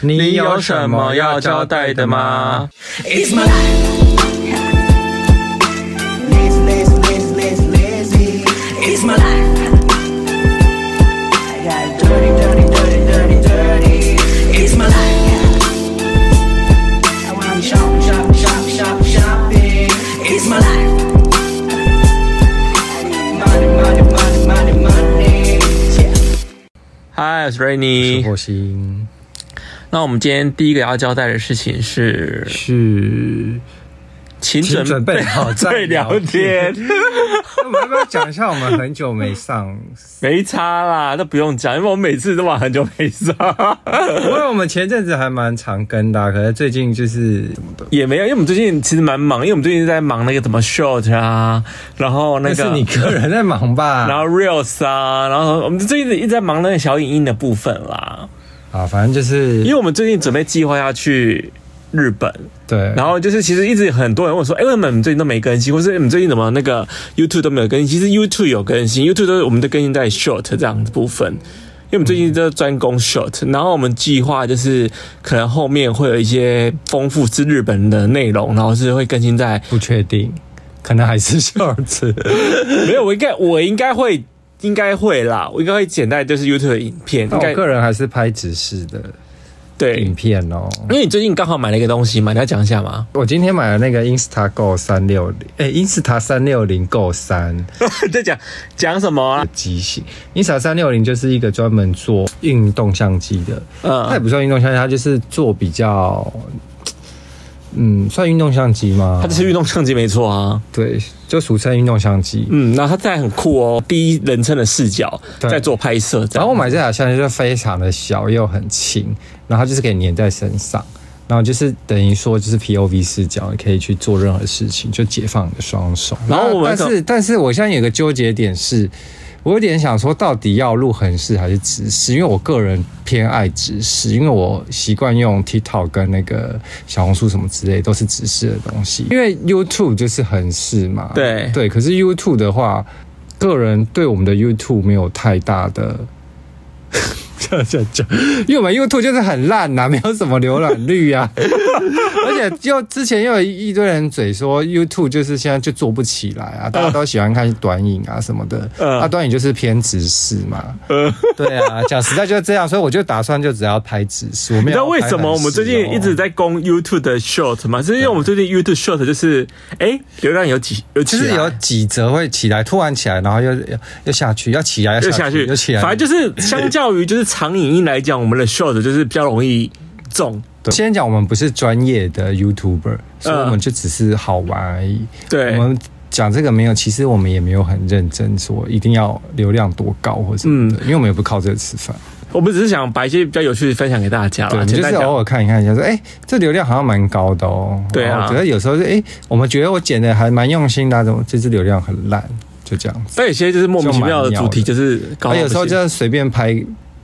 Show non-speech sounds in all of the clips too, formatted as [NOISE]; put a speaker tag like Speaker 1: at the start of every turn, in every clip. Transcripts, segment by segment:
Speaker 1: 你有什么要交代的吗？
Speaker 2: It's my life. Lazy, lazy, lazy, lazy, lazy. It's my life. I got dirty, dirty, dirty, dirty, dirty. It's my life. I wanna be shopping, shopping, shopping, shopping, shopping. It's my life. I need money, money, money, money, money. Yeah.
Speaker 1: 嗨，我是
Speaker 3: 是
Speaker 1: Rainy。
Speaker 3: 火星，
Speaker 1: 那我们今天第一个要交代的事情是，
Speaker 3: 是。
Speaker 1: 请
Speaker 3: 请准备好
Speaker 1: 再
Speaker 3: 再
Speaker 1: 聊
Speaker 3: 聊天，
Speaker 1: 天
Speaker 3: 那我们要不要讲一下？我们很久没上，
Speaker 1: [LAUGHS] 没差啦，那不用讲，因为我每次都玩很久没上，
Speaker 3: 因为我们前阵子还蛮常更的啊、可是最近就是怎么的，
Speaker 1: [LAUGHS] 也没有，因为我们最近其实蛮忙，因为我们最近在忙那个怎么 short 啊，然后那
Speaker 3: 那
Speaker 1: 个
Speaker 3: 是你个人在忙吧？
Speaker 1: 然后 reels 啊，然后我们最近一直在忙那个小影音的部分啦，
Speaker 3: 啊，反正就是
Speaker 1: 因为我们最近准备计划要去日本，
Speaker 3: 对，
Speaker 1: 然后就是其实一直很多人问我说，哎、为什么你们最近都没更新，或是你们最近怎么那个 YouTube 都没有更新？其实 YouTube 有更新，YouTube 都是我们的更新在 Short 这样的部分。因为我们最近都专攻 short，然后我们计划就是可能后面会有一些丰富是日本的内容，然后是会更新在
Speaker 3: 不确定，可能还是
Speaker 1: [LAUGHS]
Speaker 3: shorts。
Speaker 1: 没有我应该我应该会应该会啦，我应该会剪带就是 YouTube 的影片，应
Speaker 3: 但
Speaker 1: 该
Speaker 3: 我个人还是拍直视的
Speaker 1: 对
Speaker 3: 影片哦。
Speaker 1: 因为你最近刚好买了一个东西嘛，你要讲一下吗？
Speaker 3: 我今天买了那个 Insta Go 三六零，哎，Insta 三六零 Go 三
Speaker 1: [LAUGHS] 在讲讲什么啊
Speaker 3: 的？机型，Insta 三六零就是一个专门做运动相机的，它也
Speaker 1: 嗯，
Speaker 3: 不算运动相机，它就是做比较，嗯，算运动相机吗？
Speaker 1: 它就是运动相机没错啊。
Speaker 3: 对，就俗称运动相机。
Speaker 1: 嗯，然后它现在很酷哦，第一人称的视角
Speaker 3: 对
Speaker 1: 在做拍摄这样。
Speaker 3: 然后我买这台相机就非常的小又很轻，然后它就是可以粘在身上，然后就是等于说就是 POV 视角，你可以去做任何事情，就解放你的双手。
Speaker 1: 然后我们
Speaker 3: 那但是但是我现在有个纠结点是，我有点想说到底要录横式还是直视，因为我个人偏爱直视，因为我习惯用 TikTok 跟那个小红书什么之类都是直视的东西，因为 YouTube 就是横式嘛。
Speaker 1: 对
Speaker 3: 对，可是 YouTube 的话。个人对我们的 YouTube 没有太大的这
Speaker 1: [LAUGHS]
Speaker 3: 样讲讲， [LAUGHS] 因为我们 YouTube 就是很烂呐、没有什么浏览率
Speaker 1: [LAUGHS]
Speaker 3: 啊，而且又之前又有一堆人嘴说 YouTube 就是现在就做不起来啊，大家都喜欢看短影啊什么的，
Speaker 1: 嗯
Speaker 3: 啊短影就是偏直视嘛，对啊，讲实在就是这样，所以我就打算就只要拍直视，我没有、
Speaker 1: 你知道为什么我们最
Speaker 3: 啊
Speaker 1: 近一直。在攻 YouTube 的 Short 吗？是因为我们最近 YouTube Short 就是，哎，流量有几有
Speaker 3: 就
Speaker 1: 起
Speaker 3: 是有
Speaker 1: 来。
Speaker 3: 几则会起来，突然起来，然后又又又下去，要起来，
Speaker 1: 又
Speaker 3: 又
Speaker 1: 下
Speaker 3: 下去，
Speaker 1: 去
Speaker 3: 又起，来，
Speaker 1: 反正就是相较于就是长影音来讲，我们的 short 就是比较容易中，
Speaker 3: 先讲我们不是专业的 YouTuber，所以
Speaker 1: 嗯
Speaker 3: 我们就只是好玩而已。
Speaker 1: 对
Speaker 3: 我们讲这个没有，其实我们也没有很认真说一定要流量多高或什么的，
Speaker 1: 嗯
Speaker 3: 因为我们也不靠这个吃饭。
Speaker 1: 我们只是想把一些比较有趣的分享给大家
Speaker 3: 对，我
Speaker 1: 啦。
Speaker 3: 们
Speaker 1: 简
Speaker 3: 就
Speaker 1: 单
Speaker 3: 是
Speaker 1: 讲
Speaker 3: 偶尔看一看一下，说哎、这流量好像蛮高的哦。
Speaker 1: 对啊
Speaker 3: 然后可是有时候是哎、我们觉得我剪的还蛮用心的、啊，怎么这支流量很烂？就这样子。
Speaker 1: 但有些就是莫名其妙的主题，就是搞
Speaker 3: 而
Speaker 1: 到
Speaker 3: 哎有时候
Speaker 1: 哦不行
Speaker 3: 就随便拍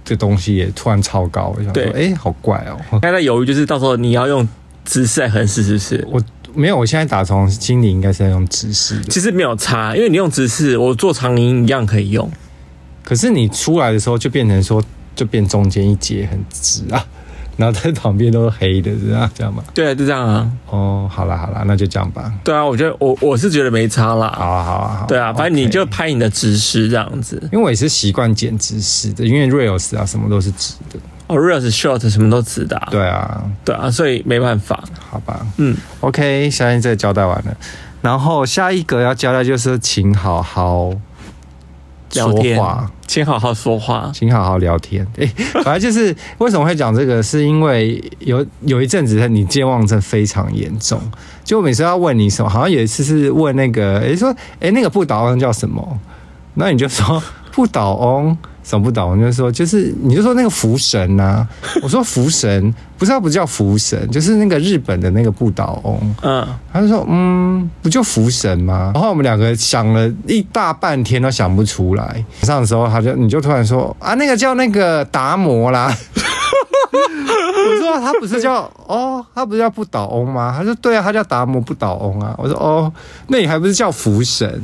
Speaker 3: 这东西也突然超高，我想说
Speaker 1: 对
Speaker 3: 哎、好怪哦。
Speaker 1: 现在在犹豫，就是到时候你要用姿势来衡视，是不是？
Speaker 3: 我没有，我现在打从心里应该是要用直视的。
Speaker 1: [LAUGHS] 其实没有差，因为你用直视，我做长音一样可以用。
Speaker 3: 可是你出来的时候就变成说，就变中间一截很直啊，然后在旁边都是黑的，这样这样吗？
Speaker 1: 对啊，就这样啊。
Speaker 3: 哦，好啦好啦，那就这样吧。
Speaker 1: 对啊，我觉得我我是觉得没差
Speaker 3: 好
Speaker 1: 啦。
Speaker 3: 啊好啊好啊。
Speaker 1: 对啊，反正你就
Speaker 3: OK
Speaker 1: 拍你的直视这样子。
Speaker 3: 因为我也是习惯剪直视的，因为 reels 啊什么都是直的。
Speaker 1: 哦，reels short 什么都直的啊、
Speaker 3: 对啊，
Speaker 1: 对啊，所以没办法。
Speaker 3: 好吧。
Speaker 1: 嗯，
Speaker 3: OK，相信这个交代完了。然后下一个要交代就是，请好好
Speaker 1: 聊
Speaker 3: 说
Speaker 1: 天
Speaker 3: 话。，
Speaker 1: 请好好说话。
Speaker 3: 请好好聊天。 [LAUGHS] 哎、反正就是为什么会讲这个，是因为有有一阵子你健忘症非常严重，就我每次要问你什么，好像有一次是问那个，哎、说，哎、那个不倒翁叫什么？那你就说 [LAUGHS] 不倒翁。什么不倒翁？就是说，就是你就说那个福神呐、啊，我说福神不是它不叫福神，就是那个日本的那个不倒翁。
Speaker 1: 嗯，
Speaker 3: 他就说：“嗯，不就福神吗？”然后我们两个想了一大半天都想不出来。晚上的时候，他就你就突然说：“啊，那个叫那个达摩啦。” [LAUGHS] 我说：“他不是叫哦，他不是叫不倒翁吗？”他说：“对啊，他叫达摩不倒翁啊。”我说：“哦，那你还不是叫福神？”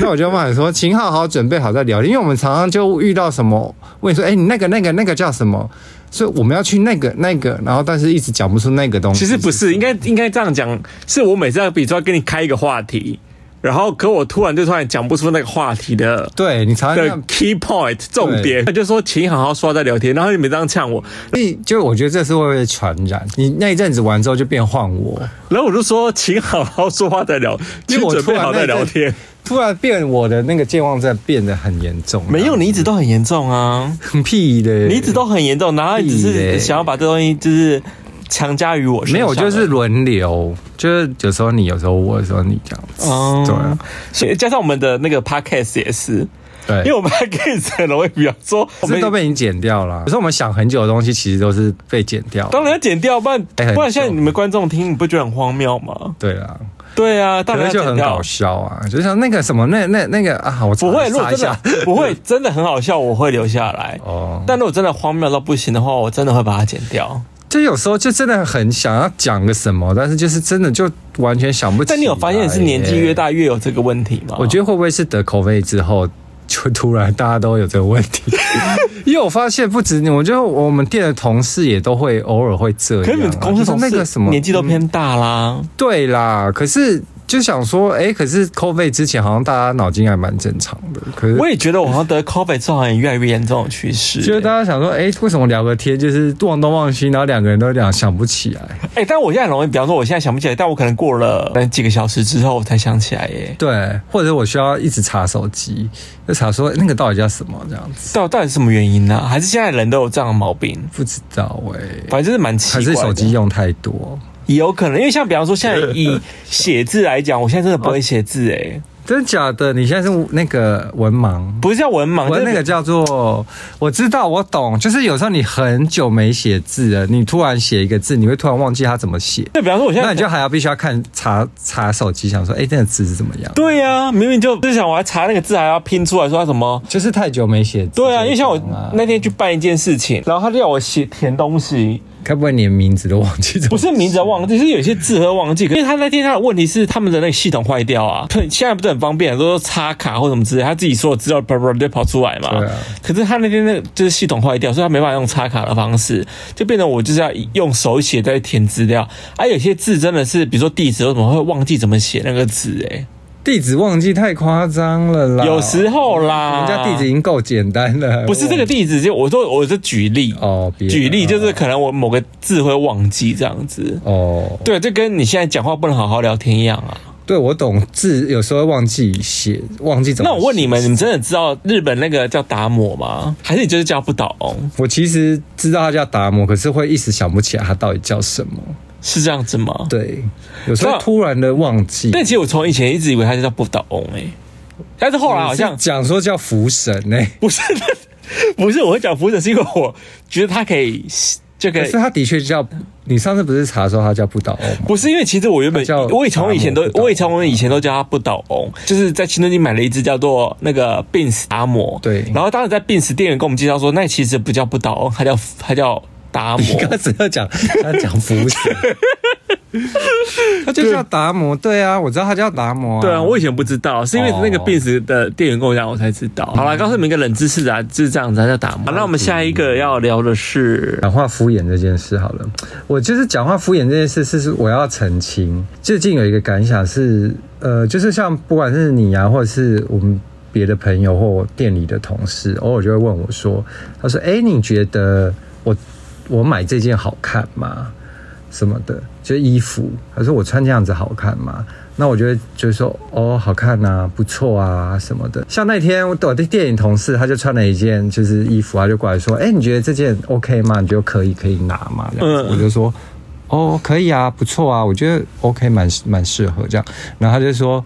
Speaker 3: 那我就骂你说：“请好好准备好再聊天，因为我们常常就遇到什么问你说：‘哎、你那个那个那个叫什么？’所以我们要去那个那个，然后但是一直讲不出那个东西。
Speaker 1: 其实不嗯是，应该应该这样讲，是我每次要比如说要跟你开一个话题，然后可我突然就突然讲不出那个话题的
Speaker 3: 对你常常这
Speaker 1: 的
Speaker 3: 样
Speaker 1: key point 重点，他就说请好好说话再聊天，然后你们这样呛我，
Speaker 3: 所以就我觉得这是会不会传染？你那一阵子完之后就变换我，
Speaker 1: 然后我就说请好好说话再聊，
Speaker 3: 因
Speaker 1: 请
Speaker 3: 为我
Speaker 1: 准
Speaker 3: 突
Speaker 1: 备
Speaker 3: 然
Speaker 1: 好
Speaker 3: 那
Speaker 1: 再
Speaker 3: 一
Speaker 1: 聊
Speaker 3: 阵
Speaker 1: 天。
Speaker 3: 突然变我的那个健忘症变得很严重。
Speaker 1: 没有，你一直都很严重啊，
Speaker 3: 很屁的，
Speaker 1: 你一直都很严重，然后你只
Speaker 3: 屁嘞
Speaker 1: 是想要把这东西就是强加于我身上。
Speaker 3: 没有，就是轮流，就是有时候你，有时候我，有时候你这样子。
Speaker 1: 哦，
Speaker 3: 对啊
Speaker 1: 所以加上我们的那个 podcast 也是，
Speaker 3: 对，
Speaker 1: 因为我们 podcast 很容易，比方说我
Speaker 3: 这
Speaker 1: 们
Speaker 3: 都被你剪掉了。可是我们想很久的东西，其实都是被剪掉。
Speaker 1: 当然要剪掉，不然
Speaker 3: 哎很
Speaker 1: 不然现在
Speaker 3: 久
Speaker 1: 你们观众听，你不觉得很荒谬吗？
Speaker 3: 对啦，
Speaker 1: 对啊，当
Speaker 3: 可
Speaker 1: 然
Speaker 3: 是
Speaker 1: 要
Speaker 3: 就
Speaker 1: 剪
Speaker 3: 很
Speaker 1: 掉
Speaker 3: 搞。笑啊，就像那个什么，那那那个啊，我
Speaker 1: 不会，如果 [LAUGHS]
Speaker 3: 查一
Speaker 1: 真
Speaker 3: 下
Speaker 1: 的不会，真的很好笑，我会留下来。
Speaker 3: 哦，
Speaker 1: 但如果真的荒谬到不行的话，我真的会把它剪掉。
Speaker 3: 就有时候就真的很想要讲个什么，但是就是真的就完全想不起。
Speaker 1: 但你有发现是年纪越，大越有这个问题吗？
Speaker 3: 我觉得会不会是得口味之后？就突然大家都有这个问
Speaker 1: [LAUGHS]
Speaker 3: 题，因为我发现不止你，我觉得我们店的同事也都会偶尔会这样啊、
Speaker 1: 可是你们公司
Speaker 3: 就是
Speaker 1: 同
Speaker 3: 那个
Speaker 1: 事
Speaker 3: 什么嗯
Speaker 1: 年纪都偏大啦，
Speaker 3: 对啦，可是就想说，哎、可是 COVID 之前好像大家脑筋还蛮正常的，可是
Speaker 1: 我也觉得我好像得 COVID 之后好像也越来越严重的趋势、
Speaker 3: 就是大家想说，哎、为什么聊个天就是忘东忘西，然后两个人都两想不起来？
Speaker 1: 哎、但我现在很容易，比方说我现在想不起来，但我可能过了可能几个小时之后我才想起来耶。
Speaker 3: 对，或者我需要一直查手机，就查说那个到底叫什么这样子，
Speaker 1: 到到底是什么原因呢、还是现在人都有这样的毛病？
Speaker 3: 不知道哎、
Speaker 1: 反正就是蛮奇
Speaker 3: 还
Speaker 1: 怪的。
Speaker 3: 是手机啊用太多，
Speaker 1: 也有可能，因为像比方说现在以写字来讲，我现在真的不会写字哎、
Speaker 3: 真的假的？你现在是那个文盲？
Speaker 1: 不是叫文盲，
Speaker 3: 我
Speaker 1: 就是
Speaker 3: 那个叫做，我知道，我懂，就是有时候你很久没写字了，你突然写一个字，你会突然忘记它怎么写。
Speaker 1: 对，比方说我现在
Speaker 3: 那你就还要必须要看查查手机，想说，哎、那个字是怎么样？，
Speaker 1: 对呀、明明就就是想我还查那个字，还要拼出来说它什么。
Speaker 3: 就是太久没写字。
Speaker 1: 对啊，因为像我
Speaker 3: 就这样啊
Speaker 1: 那天去办一件事情，然后他就要我写填东西，
Speaker 3: 该不会连名字都忘记？
Speaker 1: 不是名字忘记，是有些字会忘记。因为他那天他的问题是他们的那个系统坏掉啊，对现在不是很方便，都说插卡或什么之类，他自己所有资料叭叭就跑出来嘛。
Speaker 3: 对啊
Speaker 1: 可是他那天那个就是系统坏掉，所以他没办法用插卡的方式，就变成我就是要用手写在填资料。啊，有些字真的是，比如说地址，我怎么会忘记怎么写那个字、欸？
Speaker 3: 地址忘记太夸张了啦，
Speaker 1: 有时候啦，
Speaker 3: 人家地址已经够简单了，
Speaker 1: 不是这个地址，就我说我是举例
Speaker 3: 哦别的
Speaker 1: 举例就是可能我某个字会忘记这样子。
Speaker 3: 哦。
Speaker 1: 对，就跟你现在讲话不能好好聊天一样啊。
Speaker 3: 对，我懂字，有时候会忘记写，忘记怎么。
Speaker 1: 那我问你们，你们，真的知道日本那个叫达摩吗？还是你就是叫不懂？
Speaker 3: 我其实知道它叫达摩，可是会一时想不起来它到底叫什么。
Speaker 1: 是这样子吗？。
Speaker 3: 对，有时
Speaker 1: 知道
Speaker 3: 候突然的忘记。
Speaker 1: 但其实我从以前一直以为它就叫不懂哎、但是后来好
Speaker 3: 你
Speaker 1: 像
Speaker 3: 是讲说叫福神欸呢、
Speaker 1: 不是， [LAUGHS] 不是我会讲福者，是因为我觉得它可以就可
Speaker 3: 可
Speaker 1: 以
Speaker 3: 是。它的确叫你上次不是查说它叫不倒翁
Speaker 1: [LAUGHS]
Speaker 3: 吗？
Speaker 1: 不是因为其实我原本
Speaker 3: 它叫
Speaker 1: 我也从以前都
Speaker 3: 达摩不倒翁
Speaker 1: 我也从我以前都叫它不倒翁，就是在青春期买了一只叫做那个 Bins 达摩，
Speaker 3: 对
Speaker 1: 然后当时在 Bins 店员跟我们介绍说，那其实不叫不倒翁，它叫它叫达
Speaker 3: [LAUGHS]
Speaker 1: 摩。
Speaker 3: 你刚才要讲他讲福
Speaker 1: [LAUGHS]
Speaker 3: 神，他就叫达摩。对啊，我知道他叫达摩、
Speaker 1: 对啊，我以前不知道，是因为那个便时的店员跟我讲，我才知
Speaker 3: 哦
Speaker 1: 道。好啦，告诉你们一个冷知识啊，就是这样子，他叫打磨。好，那我们下一个要聊的是，
Speaker 3: 讲话敷衍这件事好了，我就是讲话敷衍这件事是是我要澄清。最近有一个感想是，呃，就是像不管是你啊，或者是我们别的朋友或店里的同事，偶尔就会问我说，他说：“哎、你觉得我我买这件好看吗？”什么的，就是衣服。他说我穿这样子好看吗？那我就会就是说哦，好看啊，不错啊什么的。像那天我我的电影同事，他就穿了一件就是衣服，他就过来说，哎、你觉得这件 OK 吗？你觉得可以可以拿吗？这样子，
Speaker 1: 嗯
Speaker 3: 我就说哦，可以啊，不错啊，我觉得 OK，蛮蛮适合这样。然后他就说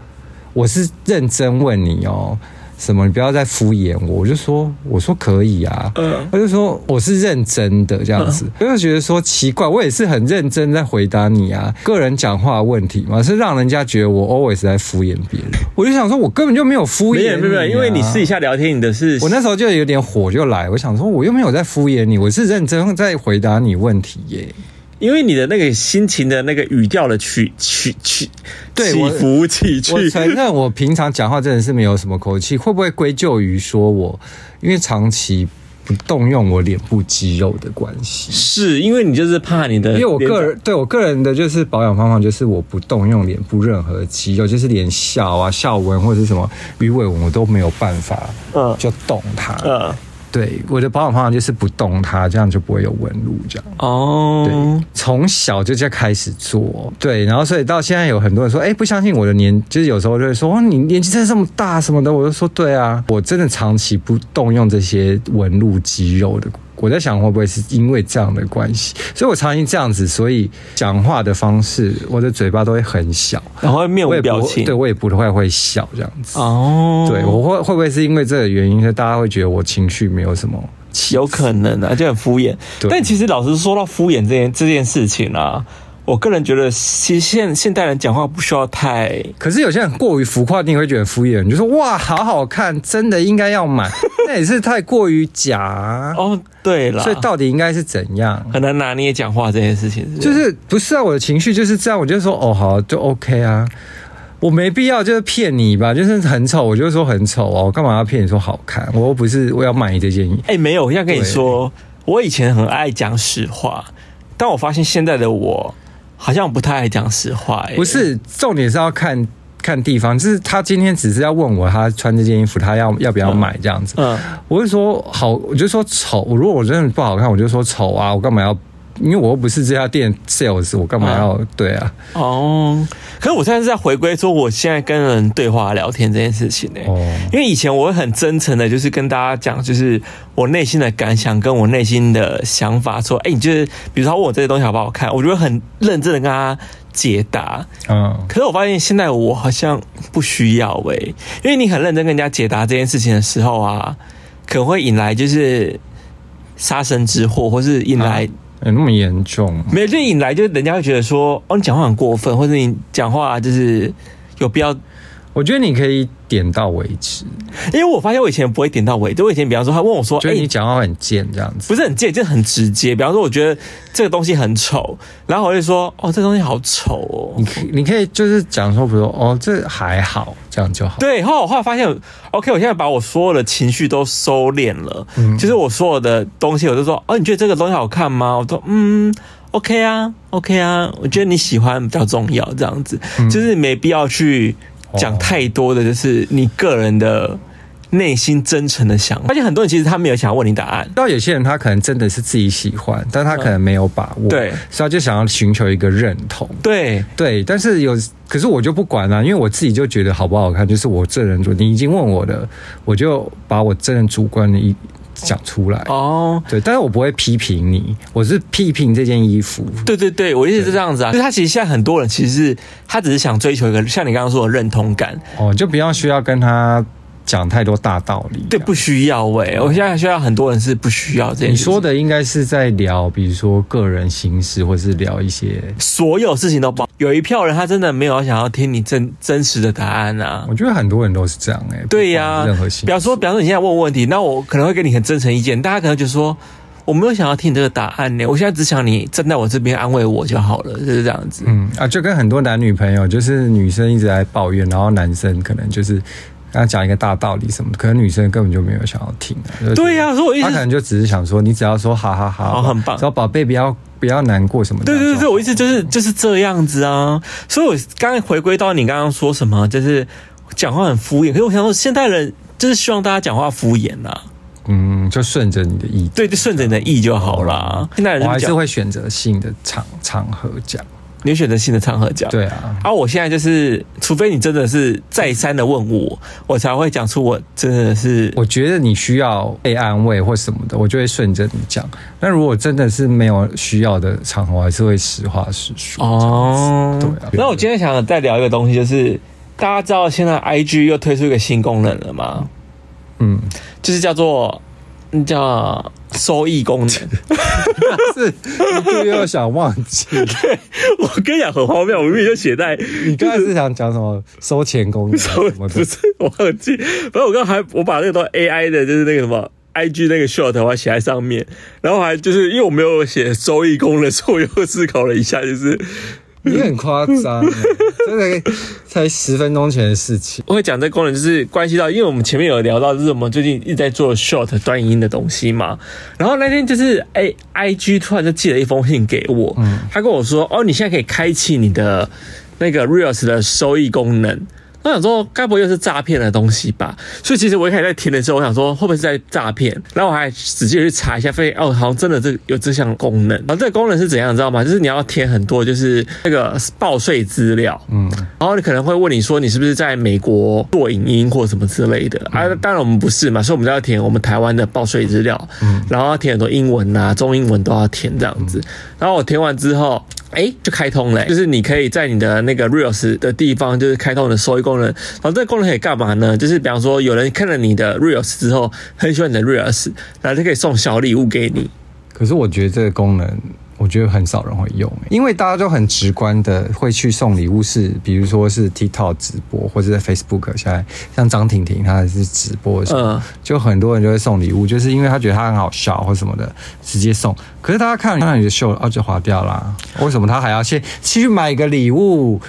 Speaker 3: 我是认真问你哦。什么？你不要再敷衍我！我就说，我说可以啊，
Speaker 1: 嗯
Speaker 3: 他就说我是认真的这样子，我就觉得说奇怪，我也是很认真在回答你啊，个人讲话的问题嘛，是让人家觉得我 always 在敷衍别人。我就想说，我根本就没有敷衍
Speaker 1: 没
Speaker 3: 你、啊，
Speaker 1: 有没有没有，因为你私底下聊天，你的是
Speaker 3: 我那时候就有点火就来，我想说我又没有在敷衍你，我是认真在回答你问题耶。
Speaker 1: 因为你的那个心情的那个语调的曲曲曲，
Speaker 3: 对
Speaker 1: 起
Speaker 3: 我
Speaker 1: 伏起去
Speaker 3: 我。承认我平常讲话真的是没有什么口气，会不会归咎于说我因为长期不动用我脸部肌肉的关系。
Speaker 1: 是因为你就是怕你的，
Speaker 3: 因为我个人对我个人的就是保养方法，就是我不动用脸部任何肌肉，就是连笑啊、笑纹或者是什么鱼尾纹，我都没有办法，
Speaker 1: 嗯
Speaker 3: 就动它。
Speaker 1: 呃
Speaker 3: 对，我的保养方法就是不动它，这样就不会有纹路这样。
Speaker 1: 哦
Speaker 3: 对，，从小就在开始做，对，然后所以到现在有很多人说，哎、不相信我的年，就是有时候就会说，哦，你年纪真的这么大什么的，我就说，对啊，我真的长期不动用这些纹路肌肉的。我在想会不会是因为这样的关系，所以我常常这样子，所以讲话的方式，我的嘴巴都会很小，
Speaker 1: 然后面
Speaker 3: 我
Speaker 1: 无
Speaker 3: 也不
Speaker 1: 表
Speaker 3: 会，
Speaker 1: 情
Speaker 3: 对，我也不太会笑这样子。
Speaker 1: 哦，
Speaker 3: 对，我会会不会是因为这个原因，所以大家会觉得我情绪没有什么起
Speaker 1: [LAUGHS] 有可能啊，就很敷衍。
Speaker 3: 对
Speaker 1: 但其实老实说到敷衍这件这件事情啊，我个人觉得，其实现现代人讲话不需要太
Speaker 3: 可是有些人过于浮夸，你也会觉得很敷衍，你就说哇，好好看，真的应该要
Speaker 1: [LAUGHS]
Speaker 3: 买，那也是太过于假、啊。
Speaker 1: 哦，啊对了，
Speaker 3: 所以到底应该是怎样？
Speaker 1: 很难拿捏讲话这件事情是不是
Speaker 3: 就是不是啊？我的情绪就是这样，我就说哦，好，就 OK 啊。我没必要就是骗你吧，就是很丑，我就说很丑啊，我干嘛要骗你说好看？我又不是我要买你这件衣服。
Speaker 1: 哎、没有，我要跟你
Speaker 3: 对
Speaker 1: 说，我以前很爱讲实话，但我发现现在的我好像不太爱讲实话、哎，
Speaker 3: 不是，重点是要看看地方，就是他今天只是要问我，他穿这件衣服，他要要不要买这样子。
Speaker 1: 嗯
Speaker 3: 我就说好，我就说丑。我如果我真的不好看，我就说丑啊，我干嘛要？因为我又不是这家店 sales，我干嘛要？
Speaker 1: 嗯
Speaker 3: 对啊，
Speaker 1: 哦，可是我现在是在回归说，我现在跟人对话聊天这件事情呢、哎
Speaker 3: 哦
Speaker 1: 因为以前我会很真诚的，就是跟大家讲，就是我内心的感想跟我内心的想法，说，哎、你就是比如说他问我这些东西好不好看，我就会很认真的跟他解答，
Speaker 3: 嗯，
Speaker 1: 可是我发现现在我好像不需要诶、因为你很认真跟人家解答这件事情的时候啊，可能会引来就是杀身之祸，或是引来、
Speaker 3: 有哎那么严重？
Speaker 1: 没有就引来就是人家会觉得说哦你讲话很过分，或者你讲话就是有必要。
Speaker 3: 我觉得你可以点到为止，
Speaker 1: 因为我发现我以前不会点到尾，就我以前比方说他问我说，
Speaker 3: 就
Speaker 1: 哎、
Speaker 3: 是你讲话很贱这样子。
Speaker 1: 不是很贱，就是很直接。比方说我觉得这个东西很丑，然后我就说哦这个东西好丑哦，
Speaker 3: 你可以你可以就是讲说，比如说哦，这还好，这样就好。
Speaker 1: 对，后来我后来发现，OK，我现在把我所有的情绪都收敛了。就是我所有的东西，我就说，哦，你觉得这个东西好看吗？我说，嗯，OK 啊，OK 啊，我觉得你喜欢比较重要，这样子，就是没必要去讲太多的，就是你个人的内心真诚的想法。而且很多人其实他没有想要问你答案，
Speaker 3: 到有些人他可能真的是自己喜欢，但他可能没有把握，
Speaker 1: 嗯对
Speaker 3: 所以他就想要寻求一个认同。
Speaker 1: 对，
Speaker 3: 对，但是有，可是我就不管了、啊因为我自己就觉得好不好看，就是我这人主，你已经问我的，我就把我这人主观的一讲出来。
Speaker 1: 哦。
Speaker 3: 对，但是我不会批评你，我是批评这件衣服。
Speaker 1: 对对对，我一直是这样子啊，就是他其实现在很多人其实是他只是想追求一个像你刚刚说的认同感，
Speaker 3: 哦，就不要需要跟他讲太多大道理。啊
Speaker 1: 对，不需要喂、我现在需要很多人是不需要这件
Speaker 3: 你
Speaker 1: 事情
Speaker 3: 说的应该是在聊，比如说个人心事，或是聊一些，
Speaker 1: 所有事情都包。有一票人他真的没有想要听你真真实的答案啊。
Speaker 3: 我觉得很多人都是这样哎、
Speaker 1: 对呀、
Speaker 3: 不管任何心
Speaker 1: 比方说，比方说你现在问我问题，那我可能会给你很真诚意见，大家可能就说我没有想要听你这个答案呢、我现在只想你站在我这边安慰我就好了，就是这样子。
Speaker 3: 嗯啊，就跟很多男女朋友，就是女生一直在抱怨，然后男生可能就是跟他讲一个大道理什么的，可能女生根本就没有想要听、啊。就是
Speaker 1: 对呀、所以我一
Speaker 3: 他可
Speaker 1: 直
Speaker 3: 能就只是想说，你只要说哈哈哈，
Speaker 1: 哦很棒
Speaker 3: 只要宝贝不要不要难过什么的。
Speaker 1: 对对对，
Speaker 3: 就
Speaker 1: 对我一直就是就是这样子啊。所以我刚才回归到你刚刚说什么，就是讲话很敷衍。可是我想说，现代人就是希望大家讲话敷衍啊。
Speaker 3: 嗯，就顺着你的意见。
Speaker 1: 对，就顺着你的意就好啦。现在人
Speaker 3: 我还是
Speaker 1: 讲，
Speaker 3: 会选择性的场场合讲。
Speaker 1: 你会选择性的场合讲。
Speaker 3: 对啊，
Speaker 1: 啊，我现在就是，除非你真的是再三的问我，我才会讲出我真的是
Speaker 3: 我觉得你需要被安慰或什么的，我就会顺着你讲。那如果真的是没有需要的场合，我还是会实话实说。
Speaker 1: 哦
Speaker 3: 这样子对啊
Speaker 1: 那我今天想再聊一个东西，就是大家知道现在 IG 又推出一个新功能了吗？
Speaker 3: 嗯，
Speaker 1: 就是叫做嗯叫收益功
Speaker 3: [LAUGHS]
Speaker 1: 能。
Speaker 3: 是你就又想忘记，
Speaker 1: 我跟你讲很荒谬，我明明就写在
Speaker 3: 你刚才是想讲什么收钱功能
Speaker 1: 我
Speaker 3: 什么
Speaker 1: [LAUGHS] 不
Speaker 3: 的？
Speaker 1: 是我忘记，反正我刚还我把那个都 AI 的，就是那个什么 IG 那个 short 我还写在上面，然后还就是因为我没有写收益功能，所以我又思考了一下，就是
Speaker 3: 你很夸张欸，真的才十分钟前的事情。
Speaker 1: 我会讲这功能，就是关系到，因为我们前面有聊到，就是我们最近一直在做 short 短影音的东西嘛。然后那天就是，哎、i g 突然就寄了一封信给我，他跟我说，哦，你现在可以开启你的那个 reels 的收益功能。我想说，该不会又是诈骗的东西吧？所以其实我一开始在填的时候，我想说会不会是在诈骗？然后我还仔细地去查一下，发现哦，好像真的这有这项功能。然后这个功能是怎样，你知道吗？就是你要填很多就是那个报税资料，嗯，然后你可能会问你说你是不是在美国做影音或什么之类的啊？
Speaker 3: 嗯
Speaker 1: 当然我们不是嘛，所以我们就要填我们台湾的报税资料，
Speaker 3: 嗯
Speaker 1: 然后要填很多英文啊、中英文都要填这样子。然后我填完之后。哎、就开通了、就是你可以在你的那个 Reels 的地方，就是开通你的收益功能。然后这个功能可以干嘛呢？就是比方说，有人看了你的 Reels 之后，很喜欢你的 Reels，然后就可以送小礼物给你。
Speaker 3: 可是我觉得这个功能，我觉得很少人会用、欸因为大家都很直观的会去送礼物是，比如说是 TikTok 直播，或者在 Facebook 现在像张婷婷她是直播的时候，
Speaker 1: 嗯
Speaker 3: 就很多人就会送礼物，就是因为他觉得他很好笑或什么的，直接送。可是大家看看到你的秀，哦就划掉啦。为什么他还要先去买个礼物？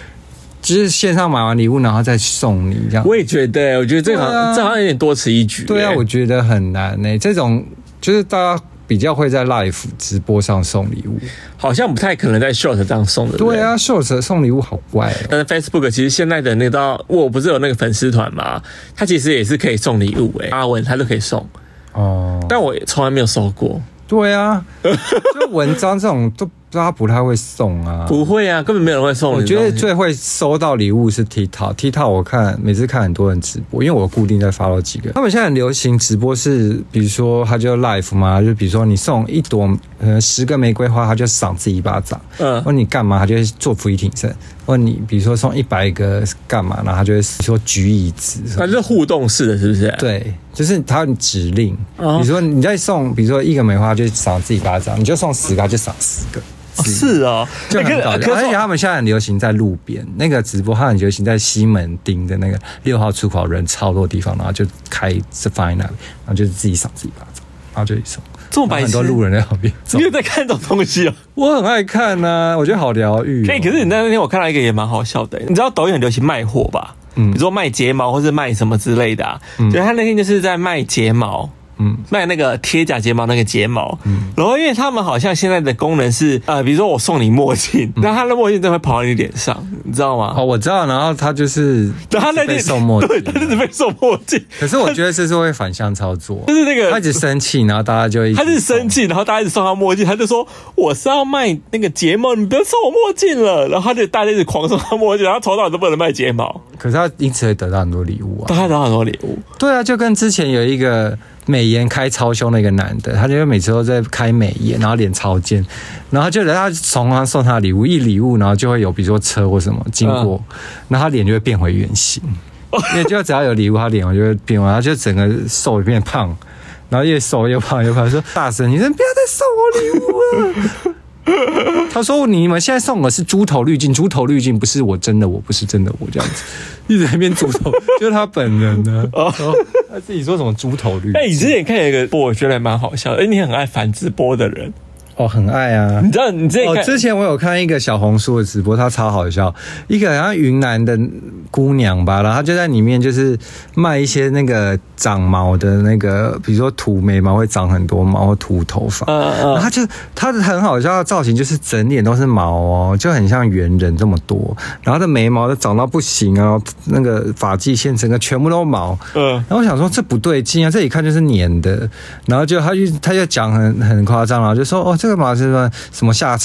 Speaker 3: 就是线上买完礼物，然后再送你这样。
Speaker 1: 我也觉得、我觉得这个好像、
Speaker 3: 对啊
Speaker 1: 这好像有点多此一举、
Speaker 3: 对啊，
Speaker 1: 哎
Speaker 3: 我觉得很难呢、这种就是大家比较会在 live 直播上送礼物。
Speaker 1: 好像不太可能在 Short 这样送的。不
Speaker 3: 对啊，秀哲送礼物好怪哦、
Speaker 1: 但是 Facebook 其实现在的那道，我不是有那个粉丝团嘛，它其实也是可以送礼物、哎，阿文他都可以送，
Speaker 3: 哦，
Speaker 1: 但我从来没有收过。
Speaker 3: 对啊，就文章这种都大家不太会送啊。
Speaker 1: 不会啊，根本没有人会送
Speaker 3: 我
Speaker 1: 你这
Speaker 3: 觉
Speaker 1: 种东西。
Speaker 3: 得最会收到礼物是 TikTok，TikTok 我看每次看很多人直播，因为我固定在 follow 几个。他们现在很流行直播是，比如说他就 live 嘛，就比如说你送一朵呃十个玫瑰花，他就赏自己一巴掌。
Speaker 1: 嗯
Speaker 3: 问你干嘛，他就会做俯挺身。问你比如说送一百个干嘛，然后他就会说举椅子。
Speaker 1: 反正是互动式的，是不是？
Speaker 3: 对，就是他有指令，
Speaker 1: 哦
Speaker 3: 比如说你在送，比如说一个梅花就赏自己巴掌，你就送十个他就赏十个，
Speaker 1: 哦是哦，
Speaker 3: 就
Speaker 1: 哎
Speaker 3: 很搞
Speaker 1: 可
Speaker 3: 笑。
Speaker 1: 可
Speaker 3: 而
Speaker 1: 是
Speaker 3: 且他们现在很流行在路边那个直播，他很流行在西门町的那个六号出口人超多地方，然后就开是放在那里，然后就是自己赏自己巴掌，然后就送，
Speaker 1: 这
Speaker 3: 然后
Speaker 1: 么白痴
Speaker 3: 很多路人在旁边走
Speaker 1: 你，有在看这种东西哦？
Speaker 3: 我很爱看呢、我觉得好疗愈、哦。
Speaker 1: 啊哎、可是你那天我看到一个也蛮好笑的，你知道抖音很流行卖货吧？嗯，比如说卖睫毛或是卖什么之类的啊。嗯，就他那天就是在卖睫毛。嗯，卖那个贴假睫毛那个睫毛，嗯，然后因为他们好像现在的功能是，呃，比如说我送你墨镜，那、他的墨镜真的会跑到你脸上，你知道吗？
Speaker 3: 嗯哦，我知道，然后他就是
Speaker 1: 然 [LAUGHS] 后他那
Speaker 3: 被
Speaker 1: 天
Speaker 3: 送墨
Speaker 1: [LAUGHS] 对，
Speaker 3: 镜
Speaker 1: 他。就是被送墨镜，
Speaker 3: 可是我觉得这是会反向操
Speaker 1: [LAUGHS]
Speaker 3: 作，
Speaker 1: 就是那个
Speaker 3: 他一直生气，然后大家就一直
Speaker 1: 他是生气，然后大家一直送他墨镜，他就说我是要卖那个睫毛，你不要送我墨镜了。然后他就大家一直狂送他墨镜，然后从头到尾都不能卖睫毛，
Speaker 3: 可是他因此会得到很多礼物啊
Speaker 1: 大。家拿很多礼物。
Speaker 3: 对啊，就跟之前有一个美颜开超凶的一个男的，他就每次都在开美颜，然后脸超尖，然后就人家从他送他礼物，一礼物然后就会有比如说车或什么经过，
Speaker 1: 嗯
Speaker 3: 然后他脸就会变回原形， [LAUGHS] 因为就只要有礼物，他脸就会变回，他就整个瘦变胖。然后越瘦越胖越胖，说大声，你说不要再送我礼物啊 [LAUGHS] 了。他说你们现在送我是猪头滤镜，猪头滤镜不是我真的我，不是真的我这样子， [LAUGHS] 一直在那边猪头， [LAUGHS] 就是他本人呢。然后他自己说什么猪头滤镜？
Speaker 1: 哦哎、你之前看有一个播，我觉得还蛮好笑的。哎、你很爱反直播的人，
Speaker 3: 哦，很爱啊。
Speaker 1: 你知道你之前
Speaker 3: 哦，
Speaker 1: 看、
Speaker 3: 之前我有看一个小红书的直播，她超好笑，一个好像云南的姑娘吧，然后她就在里面就是卖一些那个长毛的那个，比如说涂眉毛会长很多毛，或涂头发，
Speaker 1: 嗯嗯
Speaker 3: 然后她就她的很好笑的造型就是整脸都是毛哦，就很像猿人这么多，然后她的眉毛都长到不行啊，那个发际线整个全部都毛，
Speaker 1: 嗯
Speaker 3: [LAUGHS] 然后我想说这不对劲啊，这一看就是粘的。然后就他就他就讲很很夸张，然后就说哦这个嘛是什么什么下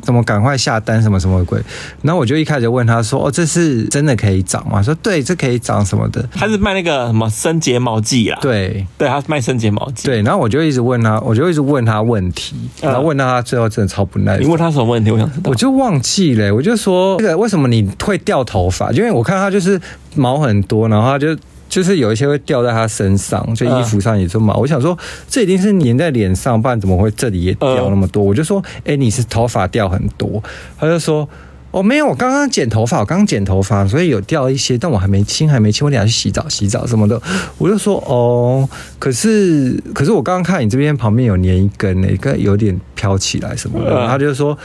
Speaker 3: 怎么赶快下单什么什么鬼。然后我就一开始问他说哦这是真的可以长吗？说对，这可以长什么的。
Speaker 1: 他是卖那个什么生睫毛剂啦，
Speaker 3: 对
Speaker 1: 对，他是卖生睫毛剂。
Speaker 3: 对，然后我就一直问他，我就一直问他问题，
Speaker 1: 嗯
Speaker 3: 然后问到他最后真的超不耐
Speaker 1: 你
Speaker 3: 烦。
Speaker 1: 问他什么问题？我想知道
Speaker 3: 我。就忘记了、我就说这个为什么你会掉头发？因为我看他就是毛很多，然后他就就是有一些会掉在他身上，就衣服上也是毛。我想说这一定是粘在脸上，不然怎么会这里也掉那么多？我就说，哎、你是头发掉很多？他就说。哦，没有，我刚刚剪头发，我刚刚剪头发，所以有掉一些，但我还没清，还没清，我等一下去洗澡，洗澡什么的。我就说，哦，可是，可是我刚刚看你这边旁边有粘一根，那个有点飘起来什么的，
Speaker 1: 嗯
Speaker 3: 他就说，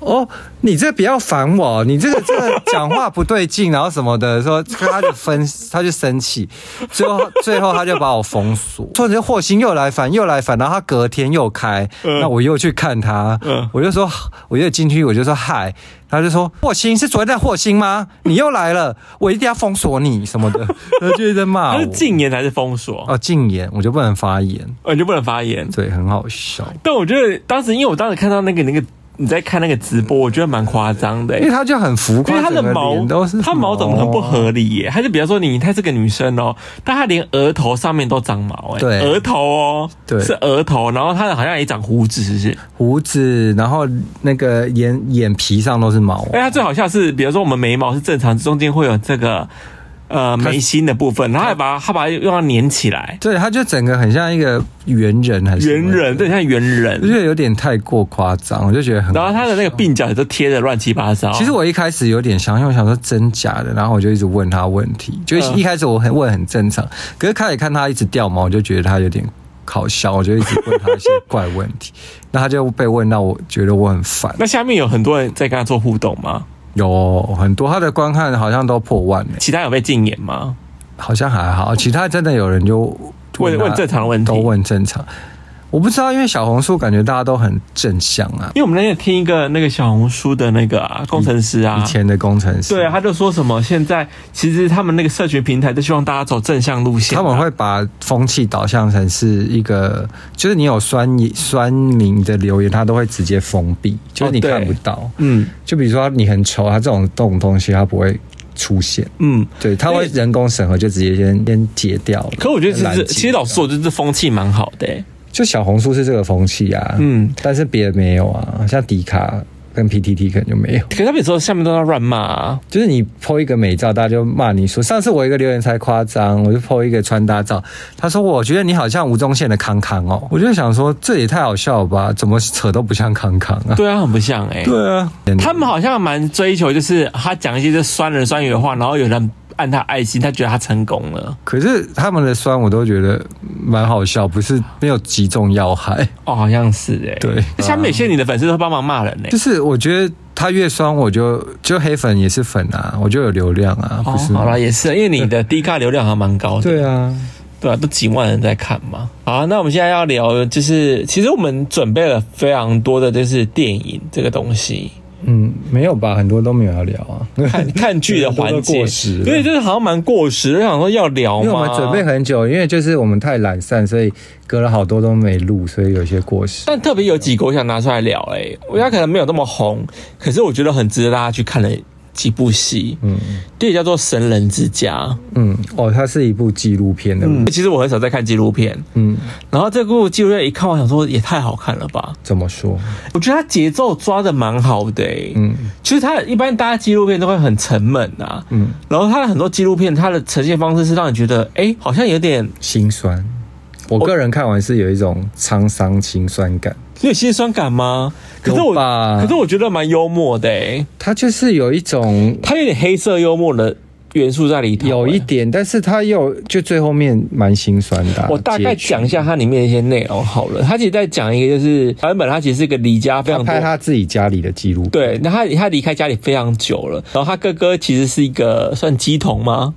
Speaker 3: 哦，你这不要烦我，你这个这个讲话不对劲，然后什么的，说他就分，他就生气， [LAUGHS] 最后最后他就把我封锁，突然间霍星又来烦，又来烦，然后他隔天又开，
Speaker 1: 嗯
Speaker 3: 那我又去看他，
Speaker 1: 嗯
Speaker 3: 我就说，我就进去，我就说嗨。他就说：“霍星是昨天在霍星吗？你又来了，我一定要封锁你什么
Speaker 1: [LAUGHS]
Speaker 3: 的。”他就一直在骂
Speaker 1: 他
Speaker 3: 我
Speaker 1: 是。禁言还是封锁？
Speaker 3: 哦，禁言，我就不能发言，
Speaker 1: 哦，你就不能发言。
Speaker 3: 对，很好笑。
Speaker 1: 但我觉得当时，因为我当时看到那个那个你在看那个直播，我觉得蛮夸张的、哎
Speaker 3: 因为他就很浮
Speaker 1: 因
Speaker 3: 夸，
Speaker 1: 为他的
Speaker 3: 整个
Speaker 1: 毛
Speaker 3: 脸都是，
Speaker 1: 他毛长得很不
Speaker 3: 毛啊
Speaker 1: 合理耶。他就比方说你，她是个女生哦，但她连额头上面都长毛哎，
Speaker 3: 对
Speaker 1: 额头哦，
Speaker 3: 对
Speaker 1: 是额头，然后她好像也长胡子，是不是？
Speaker 3: 胡子，然后那个眼眼皮上都是毛啊、
Speaker 1: [LAUGHS] 哎，它最好笑是，比如说我们眉毛是正常，中间会有这个呃眉心的部分，然后还把它它把它用它粘起来，
Speaker 3: 对，他就整个很像一个猿人，还是
Speaker 1: 圆人，对，，像圆
Speaker 3: 我
Speaker 1: 人。
Speaker 3: 觉得有点太过夸张，我就觉得很。
Speaker 1: 然后哦它的那个鬓角也都贴的乱七八糟。
Speaker 3: 其实我一开始有点想，因为我想说真假的，然后我就一直问他问题，就
Speaker 1: 嗯
Speaker 3: 一开始我很问很正常，可是开始看他一直掉毛，我就觉得他有点好笑，我就一直问他一些怪问题， [LAUGHS] 那他就被问到我觉得我很烦，
Speaker 1: 那下面有很多人在跟他做互动吗？
Speaker 3: 有很多他的观看好像都破万了、
Speaker 1: 其他有被禁言吗？
Speaker 3: 好像还好，其他真的有人就
Speaker 1: 问
Speaker 3: 他
Speaker 1: 问正常的问题
Speaker 3: 都问正常。我不知道，因为小红书感觉大家都很正向啊，
Speaker 1: 因为我们那天听一个那个小红书的那个、啊、工程师啊
Speaker 3: 以，前的工程师，
Speaker 1: 对啊，他就说什么现在其实他们那个社群平台都希望大家走正向路线啊、
Speaker 3: 他们会把风气导向成是一个，就是你有酸酸民的留言，他都会直接封闭，就是你
Speaker 1: 哦对
Speaker 3: 看不到。
Speaker 1: 嗯
Speaker 3: 就比如说你很丑，他这种这种东西他不会出现，
Speaker 1: 嗯。
Speaker 3: 对，他会
Speaker 1: 因为
Speaker 3: 人工审核就直接先先截掉了。
Speaker 1: 可我觉得其
Speaker 3: 拦
Speaker 1: 实
Speaker 3: 截
Speaker 1: 其实老实说，就是风气蛮好的、欸
Speaker 3: 就小红书是这个风气啊，
Speaker 1: 嗯
Speaker 3: 嗯，但是别的没有啊，像迪卡跟 PTT 可能就没有。 [LAUGHS]
Speaker 1: 可是他们有时候下面都在乱骂啊，
Speaker 3: 就是你 PO 一个美照，大家就骂你说，上次我有一个留言才夸张，我就 PO 一个穿搭照，他说我觉得你好像吴宗宪的康康哦，我就想说这也太好笑了吧，怎么扯都不像康康啊？
Speaker 1: 对啊，很不像哎、
Speaker 3: 对啊，
Speaker 1: 他们好像蛮追求，就是他讲一些就酸人酸语的话，然后有人按他爱心，他觉得他成功了。
Speaker 3: 可是他们的酸我都觉得蛮好笑，不是没有击中要害，
Speaker 1: 哦，好像是哎、
Speaker 3: 对
Speaker 1: 下面有些你的粉丝都帮忙骂人欸呢、
Speaker 3: 就是我觉得他越酸我就就黑粉也是粉啊，我就有流量啊，
Speaker 1: 哦
Speaker 3: 不是，
Speaker 1: 好
Speaker 3: 吗？
Speaker 1: 了，也是，因为你的低卡流量还蛮高的。
Speaker 3: 对啊，
Speaker 1: 对啊，都几万人在看嘛。好，啊那我们现在要聊，就是其实我们准备了非常多的，就是电影这个东西，
Speaker 3: 嗯，没有吧，很多都没有要聊啊。
Speaker 1: 看看剧的环
Speaker 3: 都
Speaker 1: 节
Speaker 3: 过时，了
Speaker 1: 对，就是好像蛮过时。我想说要聊
Speaker 3: 因为我
Speaker 1: 嘛，
Speaker 3: 们准备很久，因为就是我们太懒散，所以隔了好多都没录，所以有些过时。
Speaker 1: 但特别有几个我想拿出来聊、欸，哎，我觉得可能没有那么红，可是我觉得很值得大家去看的几部戏。嗯，第一个叫做《神人之家》
Speaker 3: 嗯，哦，它是一部纪录片的，
Speaker 1: 嗯，其实我很少在看纪录片，
Speaker 3: 嗯，
Speaker 1: 然后这部纪录片一看，我想说也太好看了吧。
Speaker 3: 怎么说？
Speaker 1: 我觉得他节奏抓的蛮好的、欸，嗯
Speaker 3: 嗯，
Speaker 1: 就是他一般大家纪录片都会很沉闷啊，嗯
Speaker 3: 嗯，
Speaker 1: 然后他的很多纪录片，他的呈现方式是让你觉得，哎、好像有点
Speaker 3: 心酸。我个人看完是有一种沧桑心酸感，
Speaker 1: 有点心酸感吗？可是我
Speaker 3: 有，吧
Speaker 1: 可是我觉得蛮幽默的、欸，
Speaker 3: 它就是有一种
Speaker 1: 他有点黑色幽默的元素在里头、
Speaker 3: 有一
Speaker 1: 欸
Speaker 3: 点，但是它又就最后面蛮心酸的啊、
Speaker 1: 我大概
Speaker 3: 结局
Speaker 1: 讲一下它里面的一些内容好了。他其实在讲一个，就是版本他其实是一个离家非
Speaker 3: 他
Speaker 1: 常多
Speaker 3: 拍他自己家里的记录，，
Speaker 1: 对，那他他离开家里非常久了，然后他哥哥其实是一个算鸡童吗？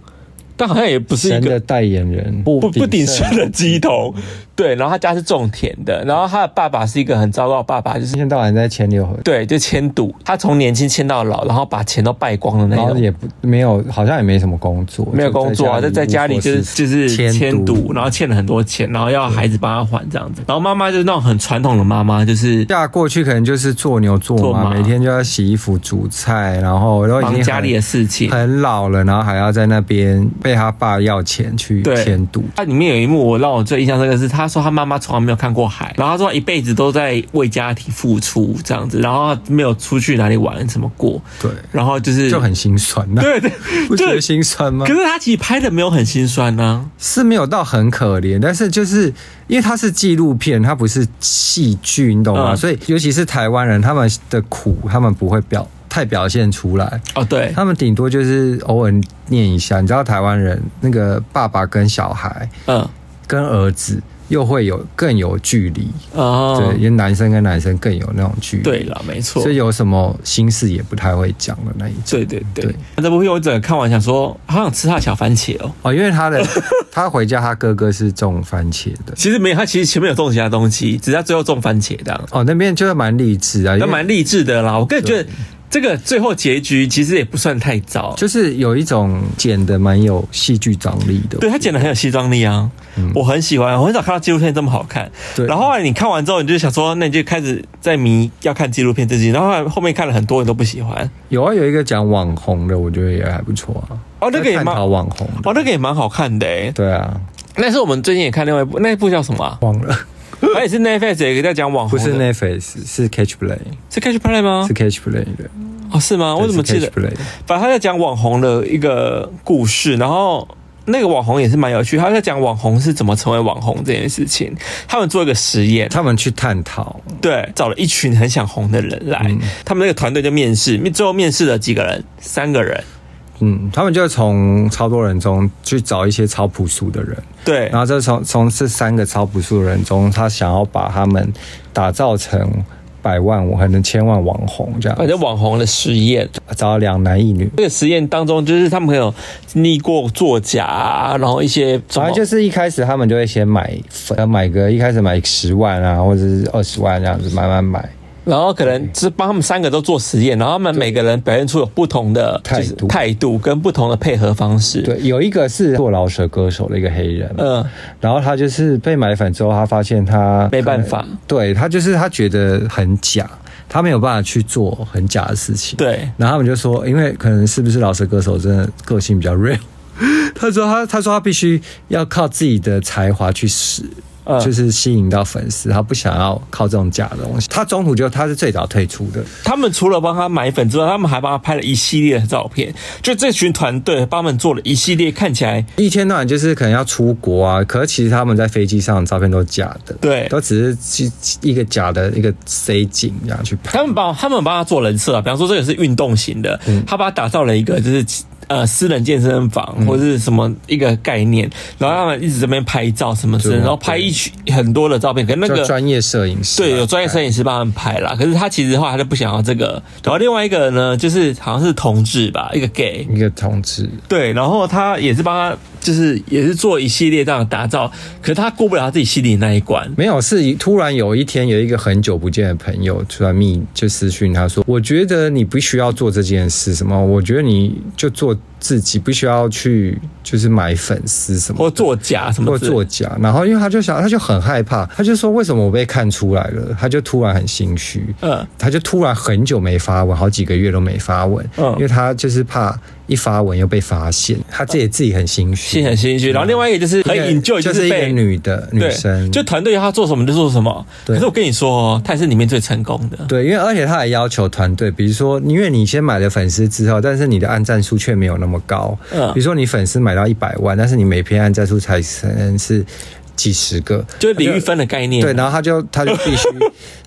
Speaker 1: 但好像也不是一
Speaker 3: 神
Speaker 1: 个
Speaker 3: 的代言人不
Speaker 1: 不不鼎盛的鸡头， [LAUGHS] 对，然后他家是种田的，然后他的爸爸是一个很糟糕的爸爸，就是
Speaker 3: 一天到晚在牵牛河，
Speaker 1: 对，就迁赌，他从年轻迁到老，然后把钱都败光的那
Speaker 3: 然后
Speaker 1: 种，
Speaker 3: 也不没有，好像也没什么工作，
Speaker 1: 没有工作啊，
Speaker 3: 就
Speaker 1: 在在家里就是
Speaker 3: 无所事
Speaker 1: 就是
Speaker 3: 迁
Speaker 1: 迁
Speaker 3: 都
Speaker 1: 赌，然后欠了很多钱，然后要孩子帮他还这样子，然后妈妈就是那种很传统的妈妈，就是
Speaker 3: 嫁过去可能就是做牛
Speaker 1: 做
Speaker 3: 做马，
Speaker 1: 马
Speaker 3: 每天就要洗衣服、煮菜，然后都已经
Speaker 1: 忙
Speaker 3: 很
Speaker 1: 家里的事情。
Speaker 3: 很老了，然后还要在那边被他爸要钱去
Speaker 1: 对
Speaker 3: 迁都。
Speaker 1: 它里面有一幕我让我最印象深刻的是，他说他妈妈从来没有看过海，然后他说他一辈子都在为家庭付出这样子，然后他没有出去哪里玩怎么过，
Speaker 3: 对，
Speaker 1: 然后就是
Speaker 3: 就很心酸呐、 [LAUGHS]
Speaker 1: 对对，
Speaker 3: 不觉
Speaker 1: 对
Speaker 3: 得心酸吗
Speaker 1: 可？是他其实拍的没有很心酸呢、
Speaker 3: 是没有到很可怜，但是就是因为它是纪录片，它不是戏剧，你懂吗？
Speaker 1: 嗯
Speaker 3: 所以尤其是台湾人，他们的苦他们不会表太表现出来，
Speaker 1: 哦，对，
Speaker 3: 他们顶多就是偶尔念一下。你知道台湾人那个爸爸跟小孩，
Speaker 1: 嗯，
Speaker 3: 跟儿子，又会有更有距离，
Speaker 1: 啊，
Speaker 3: 对，因为男生跟男生更有那种距离，
Speaker 1: 对了，没错
Speaker 3: 所，以有什么心事也不太会讲的那一种。
Speaker 1: 对对对
Speaker 3: 对。
Speaker 1: 那这部片我整个看完想说，好想吃他的小番茄哦。
Speaker 3: 哦，因为他的 [LAUGHS] 他回家，他哥哥是种番茄的。
Speaker 1: 其实没有，他其实前面有种其他东西，只是他最后种番茄这样，
Speaker 3: 哦，那边就是蛮励志啊，因
Speaker 1: 那
Speaker 3: 为
Speaker 1: 蛮励志的啦。我个人觉得这个最后结局其实也不算太糟，
Speaker 3: 就是有一种剪的蛮有戏剧张力的。
Speaker 1: 对他剪的很有西装力啊，我很喜欢，我很少看到纪录片这么好看。
Speaker 3: 嗯对
Speaker 1: 然后后来你看完之后，你就想说，那你就开始在迷要看纪录片这集，然后后来后面看了很多人都不喜欢，
Speaker 3: 有啊，有一个讲网红的，我觉得也还不错啊。
Speaker 1: 哦那个也
Speaker 3: 在探
Speaker 1: 蛮
Speaker 3: 讨网红的。
Speaker 1: 哇，那个也蛮好看的欸诶、
Speaker 3: 对啊，？
Speaker 1: 但是我们最近也看另外一部，那一部叫什么、啊
Speaker 3: [LAUGHS] 忘了，
Speaker 1: 它也是 Netflix 有一个在讲网
Speaker 3: 不
Speaker 1: 红
Speaker 3: 是
Speaker 1: 的，
Speaker 3: Netflix，是 Catch Play，
Speaker 1: 是 Catch Play 吗
Speaker 3: 是？Catch Play 的。
Speaker 1: 哦，是吗？我怎么记
Speaker 3: 对是
Speaker 1: 得
Speaker 3: Catch？Play？
Speaker 1: 反正他在讲网红的一个故事，然后那个网红也是蛮有趣，他在讲网红是怎么成为网红这件事情。他们做一个实验，
Speaker 3: 他们去探讨，
Speaker 1: 对，找了一群很想红的人来，
Speaker 3: 嗯
Speaker 1: 他们那个团队就面试，最后面试了几个人，三个人，
Speaker 3: 嗯，他们就从超多人中去找一些超朴素的人，
Speaker 1: 对
Speaker 3: 然，后就从从这三个超朴素的人中，他想要把他们打造成百万可能千万网红这样，
Speaker 1: 反正网红的实验。
Speaker 3: 找到两男一女，
Speaker 1: 这个实验当中，就是他们有经历过作假啊，然后一些什
Speaker 3: 反
Speaker 1: 么
Speaker 3: 正就是一开始他们就会先买粉，买个一开始买十万啊，或者是二十万这样子慢慢买。
Speaker 1: 然后可能是帮他们三个都做实验，然后他们每个人表现出有不同的
Speaker 3: 态
Speaker 1: 就是
Speaker 3: 度
Speaker 1: 态度跟不同的配合方式。，
Speaker 3: 对，有一个是做饶舌歌手的一个黑人，
Speaker 1: 嗯、
Speaker 3: 然后他就是被买粉之后，他发现他
Speaker 1: 没办法，
Speaker 3: 对他就是他觉得很假，他没有办法去做很假的事情。，
Speaker 1: 对，
Speaker 3: 然后他们就说，因为可能是不是老舌歌手真的个性比较
Speaker 1: [LAUGHS]
Speaker 3: real，他说他他说他必须要靠自己的才华去使。
Speaker 1: 嗯
Speaker 3: 就是吸引到粉丝，他不想要靠这种假的东西。他中途就他是最早退出的，
Speaker 1: 他们除了帮他买粉之外，他们还帮他拍了一系列的照片。就这群团队帮他们做了一系列看起来
Speaker 3: 一天到晚就是可能要出国啊，可是其实他们在飞机上的照片都是假的，
Speaker 1: 对
Speaker 3: 都只是一个假的一个 C 景这样去拍
Speaker 1: 他。们帮他们帮他做人设啊，比方说这个是运动型的，
Speaker 3: 嗯
Speaker 1: 他把他打造了一个就是呃私人健身房
Speaker 3: 嗯
Speaker 1: 或者是什么一个概念，然后他们一直这边拍照什么之类的，
Speaker 3: 对啊
Speaker 1: 然后拍一群很多的照片，可是那
Speaker 3: 叫
Speaker 1: 个。
Speaker 3: 专业摄影师啊、
Speaker 1: 对，有专业摄影师帮他们拍啦。可是他其实的话，他就不想要这个。然后另外一个呢，就是好像是同志吧，一个 gay，
Speaker 3: 一个同志，
Speaker 1: 对，然后他也是帮他，就是也是做一系列这样的打造，可是他过不了他自己心里那一关。
Speaker 3: 没有是突然有一天有一个很久不见的朋友突然密就私讯他说，我觉得你不需要做这件事，什么，我觉得你就做自己，不需要去就是买粉丝什么的，
Speaker 1: 或作假什么
Speaker 3: 或
Speaker 1: 之类
Speaker 3: 作
Speaker 1: 的，
Speaker 3: 假，然后因为他就想，他就很害怕，他就说为什么我被看出来了？他就突然很心虚，
Speaker 1: 嗯
Speaker 3: 他就突然很久没发文，好几个月都没发文，
Speaker 1: 嗯
Speaker 3: 因为他就是怕一发文又被发现，他自己也自己很心虚，
Speaker 1: 心很心虚。然后另外一个就是很
Speaker 3: 一个
Speaker 1: enjoy，
Speaker 3: 就是是一个
Speaker 1: 被
Speaker 3: 女的女
Speaker 1: 对
Speaker 3: 生，，
Speaker 1: 就团队要他做什么就做什么。
Speaker 3: 对
Speaker 1: 可是我跟你说哦，他也是里面最成功的。
Speaker 3: 对，因为而且他还要求团队，比如说，因为你先买了粉丝之后，但是你的按赞数却没有那么高。
Speaker 1: 嗯
Speaker 3: 比如说你粉丝买到一百万，但是你每篇按赞数才可能是几十个，
Speaker 1: 就是李玉芬的概念，
Speaker 3: 对，然后他就他就必
Speaker 1: [LAUGHS]
Speaker 3: 须，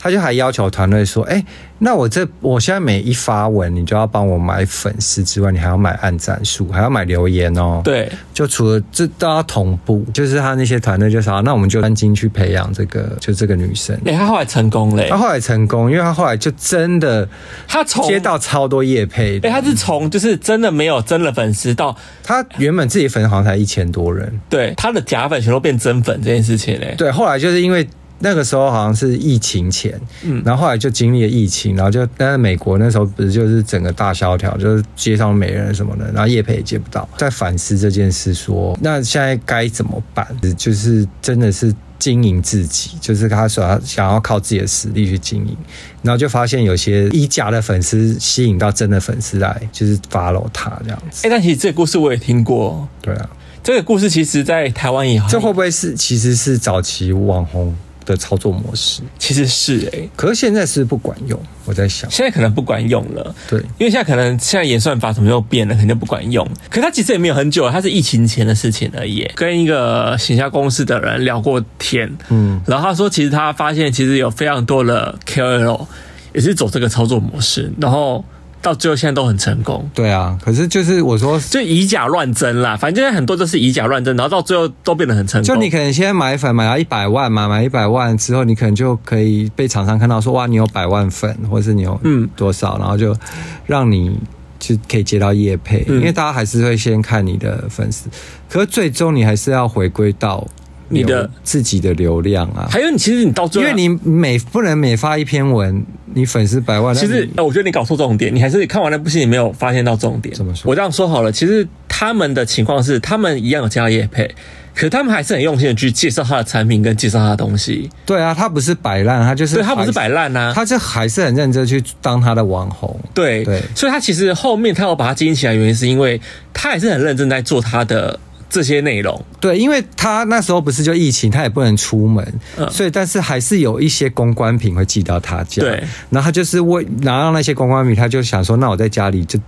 Speaker 3: 他就还要求团队说，哎、那我这我现在每一发文，你就要帮我买粉丝之外，你还要买按赞数，还要买留言哦。，
Speaker 1: 对
Speaker 3: 就除了这都要同步，就是他那些团队就说，啊好那我们就专精去培养这个，就这个女生。
Speaker 1: 哎、他后来成功嘞、
Speaker 3: 她后来成功，因为她后来就真的
Speaker 1: 他从
Speaker 3: 哦接到超多业配的
Speaker 1: 哎、。他是从就是真的没有真的粉丝到
Speaker 3: 她原本自己粉好像才一千多人，
Speaker 1: 对他的假粉全都变真粉这件事情嘞、欸
Speaker 3: 对，后来就是因为。那个时候好像是疫情前，嗯，然后后来就经历了疫情，然后就但是美国那时候不是就是整个大萧条，就是街上没人什么的，然后叶培也接不到，在反思这件事说那现在该怎么办？就是真的是经营自己，就是他想要想要靠自己的实力去经营，然后就发现有些以假的粉丝吸引到真的粉丝来，就是 follow 他这样子，
Speaker 1: 哎、但其实这个故事我也听过，
Speaker 3: 对啊，
Speaker 1: 这个故事其实在台湾也好，
Speaker 3: 这会不会是其实是早期网红的操作模式？
Speaker 1: 其实是哎、
Speaker 3: 可是现在是不是不管用，我在想，
Speaker 1: 现在可能不管用了，
Speaker 3: 对，
Speaker 1: 因为现在可能现在演算法什么又变了，肯定不管用。可它其实也没有很久，它是疫情前的事情而已。欸跟一个行销公司的人聊过天，
Speaker 3: 嗯，
Speaker 1: 然后他说，其实他发现其实有非常多的 KOL 也是走这个操作模式，然后到最后现在都很成功。
Speaker 3: 对啊，可是就是我说，
Speaker 1: 就以假乱真啦，反正现在很多都是以假乱真，然后到最后都变得很成功。
Speaker 3: 就你可能先买粉买到一百万嘛，买一百万之后，你可能就可以被厂商看到说哇，你有百万粉，或是你有
Speaker 1: 嗯
Speaker 3: 多少，然后就让你就可以接到业配，
Speaker 1: 嗯
Speaker 3: 因为大家还是会先看你的粉丝，可是最终你还是要回归到
Speaker 1: 你的
Speaker 3: 流自己的流量啊。
Speaker 1: 还有你，其实你到最
Speaker 3: 因
Speaker 1: 后，啊
Speaker 3: 为你每不能每发一篇文，你粉丝百万，
Speaker 1: 其
Speaker 3: 那
Speaker 1: 实
Speaker 3: 你，
Speaker 1: 呃，我觉得你搞错重点，你还是看完那部戏，你没有发现到重点。
Speaker 3: 怎么说
Speaker 1: 我这样说好了，其实他们的情况是，他们一样有加叶配，可是他们还是很用心的去介绍他的产品跟介绍他的东西，
Speaker 3: 对啊，他不是摆烂，他就是
Speaker 1: 对他不是
Speaker 3: 摆
Speaker 1: 摆烂呐。
Speaker 3: 他这还是很认真去当他的网红。
Speaker 1: 对，
Speaker 3: 对
Speaker 1: 所以他其实后面他要把它经营起来，原因是因为他也是很认真在做他的这些内容。
Speaker 3: 对，因为他那时候不是就疫情，他也不能出门，
Speaker 1: 嗯
Speaker 3: 所以但是还是有一些公关品会寄到他家。
Speaker 1: 对，
Speaker 3: 然后他就是为拿到那些公关品，他就想说，那我在家里就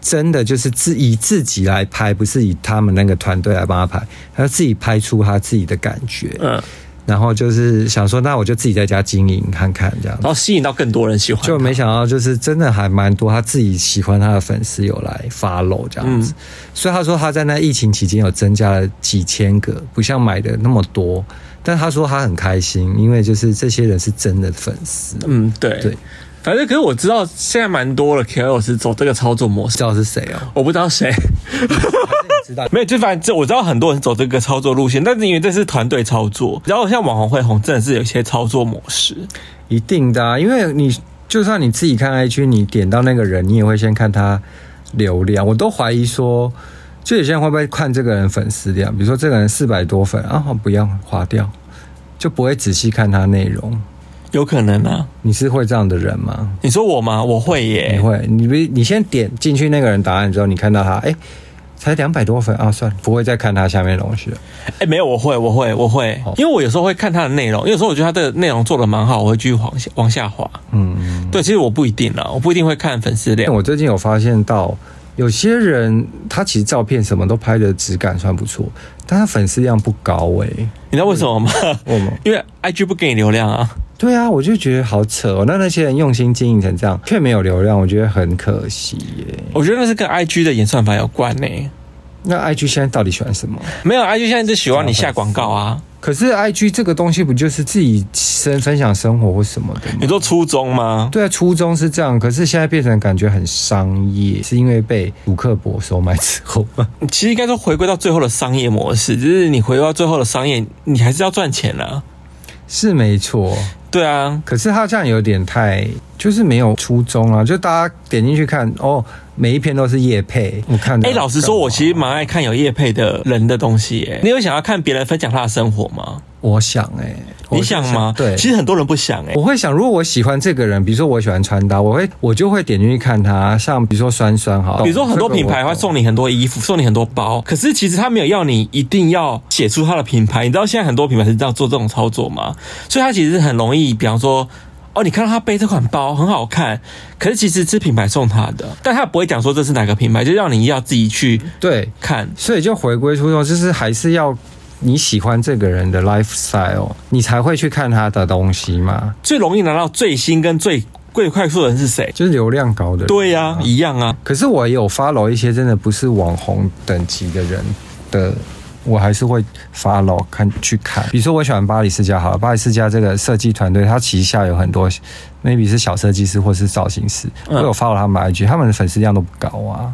Speaker 3: 真的就是自以自己来拍，不是以他们那个团队来帮他拍，他就自己拍出他自己的感觉，
Speaker 1: 嗯，然
Speaker 3: 然后就是想说，那我就自己在家经营看看这样子。
Speaker 1: 后吸引到更多人喜欢他。
Speaker 3: 就没想到，就是真的还蛮多他自己喜欢他的粉丝有来 follow 这样子，所以他说他在那疫情期间有增加了几千个，不像买的那么多，但他说他很开心，因为就是这些人是真的粉丝，
Speaker 1: 嗯，对
Speaker 3: 对
Speaker 1: 反正可是我知道现在蛮多了 KOL 是走这个操作模
Speaker 3: 不
Speaker 1: 式
Speaker 3: 知，道是谁哦，
Speaker 1: 我不知道谁。
Speaker 3: 知道
Speaker 1: [LAUGHS] 没有，就反正我知道很多人走这个操作路线，但是因为这是团队操作，然后像网红会红，真的是有一些操作模式。
Speaker 3: 一定的、啊，因为你就算你自己看 IG，你点到那个人，你也会先看他流量，我都怀疑说。就有些人会不会看这个人粉丝量？比如说这个人四百多粉啊，不要划掉，就不会仔细看他内容。
Speaker 1: 有可能啊，
Speaker 3: 你是会这样的人吗？
Speaker 1: 你说我吗？我会
Speaker 3: 你
Speaker 1: 耶，
Speaker 3: 会，你不你先点进去那个人答案之后，你看到他，哎、才两百多分啊，算了，不会再看他下面的东西了。
Speaker 1: 哎、没有，我会，我会，我会
Speaker 3: 好，
Speaker 1: 因为我有时候会看他的内容，因为有时候我觉得他的内容做的蛮好，我会继续往下往下滑。
Speaker 3: 嗯，
Speaker 1: 对，其实我不一定啊啦，我不一定会看粉丝
Speaker 3: 但
Speaker 1: 量。
Speaker 3: 我最近有发现到，有些人他其实照片什么都拍的质感算不错，但他粉丝量不高哎、
Speaker 1: 你知道为什么吗？
Speaker 3: 我们
Speaker 1: [LAUGHS] 因为 IG 不给你流量啊。
Speaker 3: 对啊，我就觉得好扯哦。那那些人用心经营成这样，却没有流量，我觉得很可惜耶、
Speaker 1: 我觉得那是跟 IG 的演算法有关呢、
Speaker 3: 那 IG 现在到底喜欢什么？
Speaker 1: 没有 IG 现在就喜欢你下广告啊。
Speaker 3: 可是 IG 这个东西不就是自己生分享生活或什么的吗
Speaker 1: 你？说初中吗？
Speaker 3: 对啊，初衷是这样，可是现在变成感觉很商业，是因为被主克伯收买之后吗？ [LAUGHS]
Speaker 1: 其实应该说回归到最后的商业模式，就是你回归到最后的商业，你还是要赚钱啊。
Speaker 3: 是没错，
Speaker 1: 对啊，
Speaker 3: 可是他这样有点太，就是没有初衷啊，就大家点进去看，哦，每一篇都是叶配，我看。
Speaker 1: 哎、老实
Speaker 3: 啊
Speaker 1: 说，我其实，蛮爱看有业配的人的东西耶、你有想要看别人分享他的生活吗？
Speaker 3: 我想哎、我
Speaker 1: 你
Speaker 3: 就
Speaker 1: 想吗？
Speaker 3: 对，
Speaker 1: 其实很多人不想哎、
Speaker 3: 我会想，如果我喜欢这个人，比如说我喜欢穿搭，我会我就会点进去看他，像比如说酸酸哈，
Speaker 1: 比如说很多
Speaker 3: 这个我
Speaker 1: 品牌会
Speaker 3: 懂
Speaker 1: 送你很多衣服，送你很多包，可是其实他没有要你一定要写出他的品牌。你知道现在很多品牌是这样做这种操作吗？所以他其实很容易，比方说。哦，你看到他背这款包很好看，可是其实是品牌送他的，但他不会讲说这是哪个品牌，就让你要自己去
Speaker 3: 对，
Speaker 1: 看。
Speaker 3: 所以就回归初衷，就是还是要你喜欢这个人的 lifestyle，你才会去看他的东西嘛，
Speaker 1: 最容易拿到最新跟最最快速的人是谁？
Speaker 3: 就是流量高的人、
Speaker 1: 对呀、一样啊。
Speaker 3: 可是我也有 follow 一些真的不是网红等级的人的。我还是会 follow 看去看，比如说我喜欢巴黎世家，好了，巴黎世家这个设计团队，它旗下有很多，maybe 是小设计师或是造型师，
Speaker 1: 嗯
Speaker 3: 我有 follow 他们 IG，他们的粉丝量都不高啊。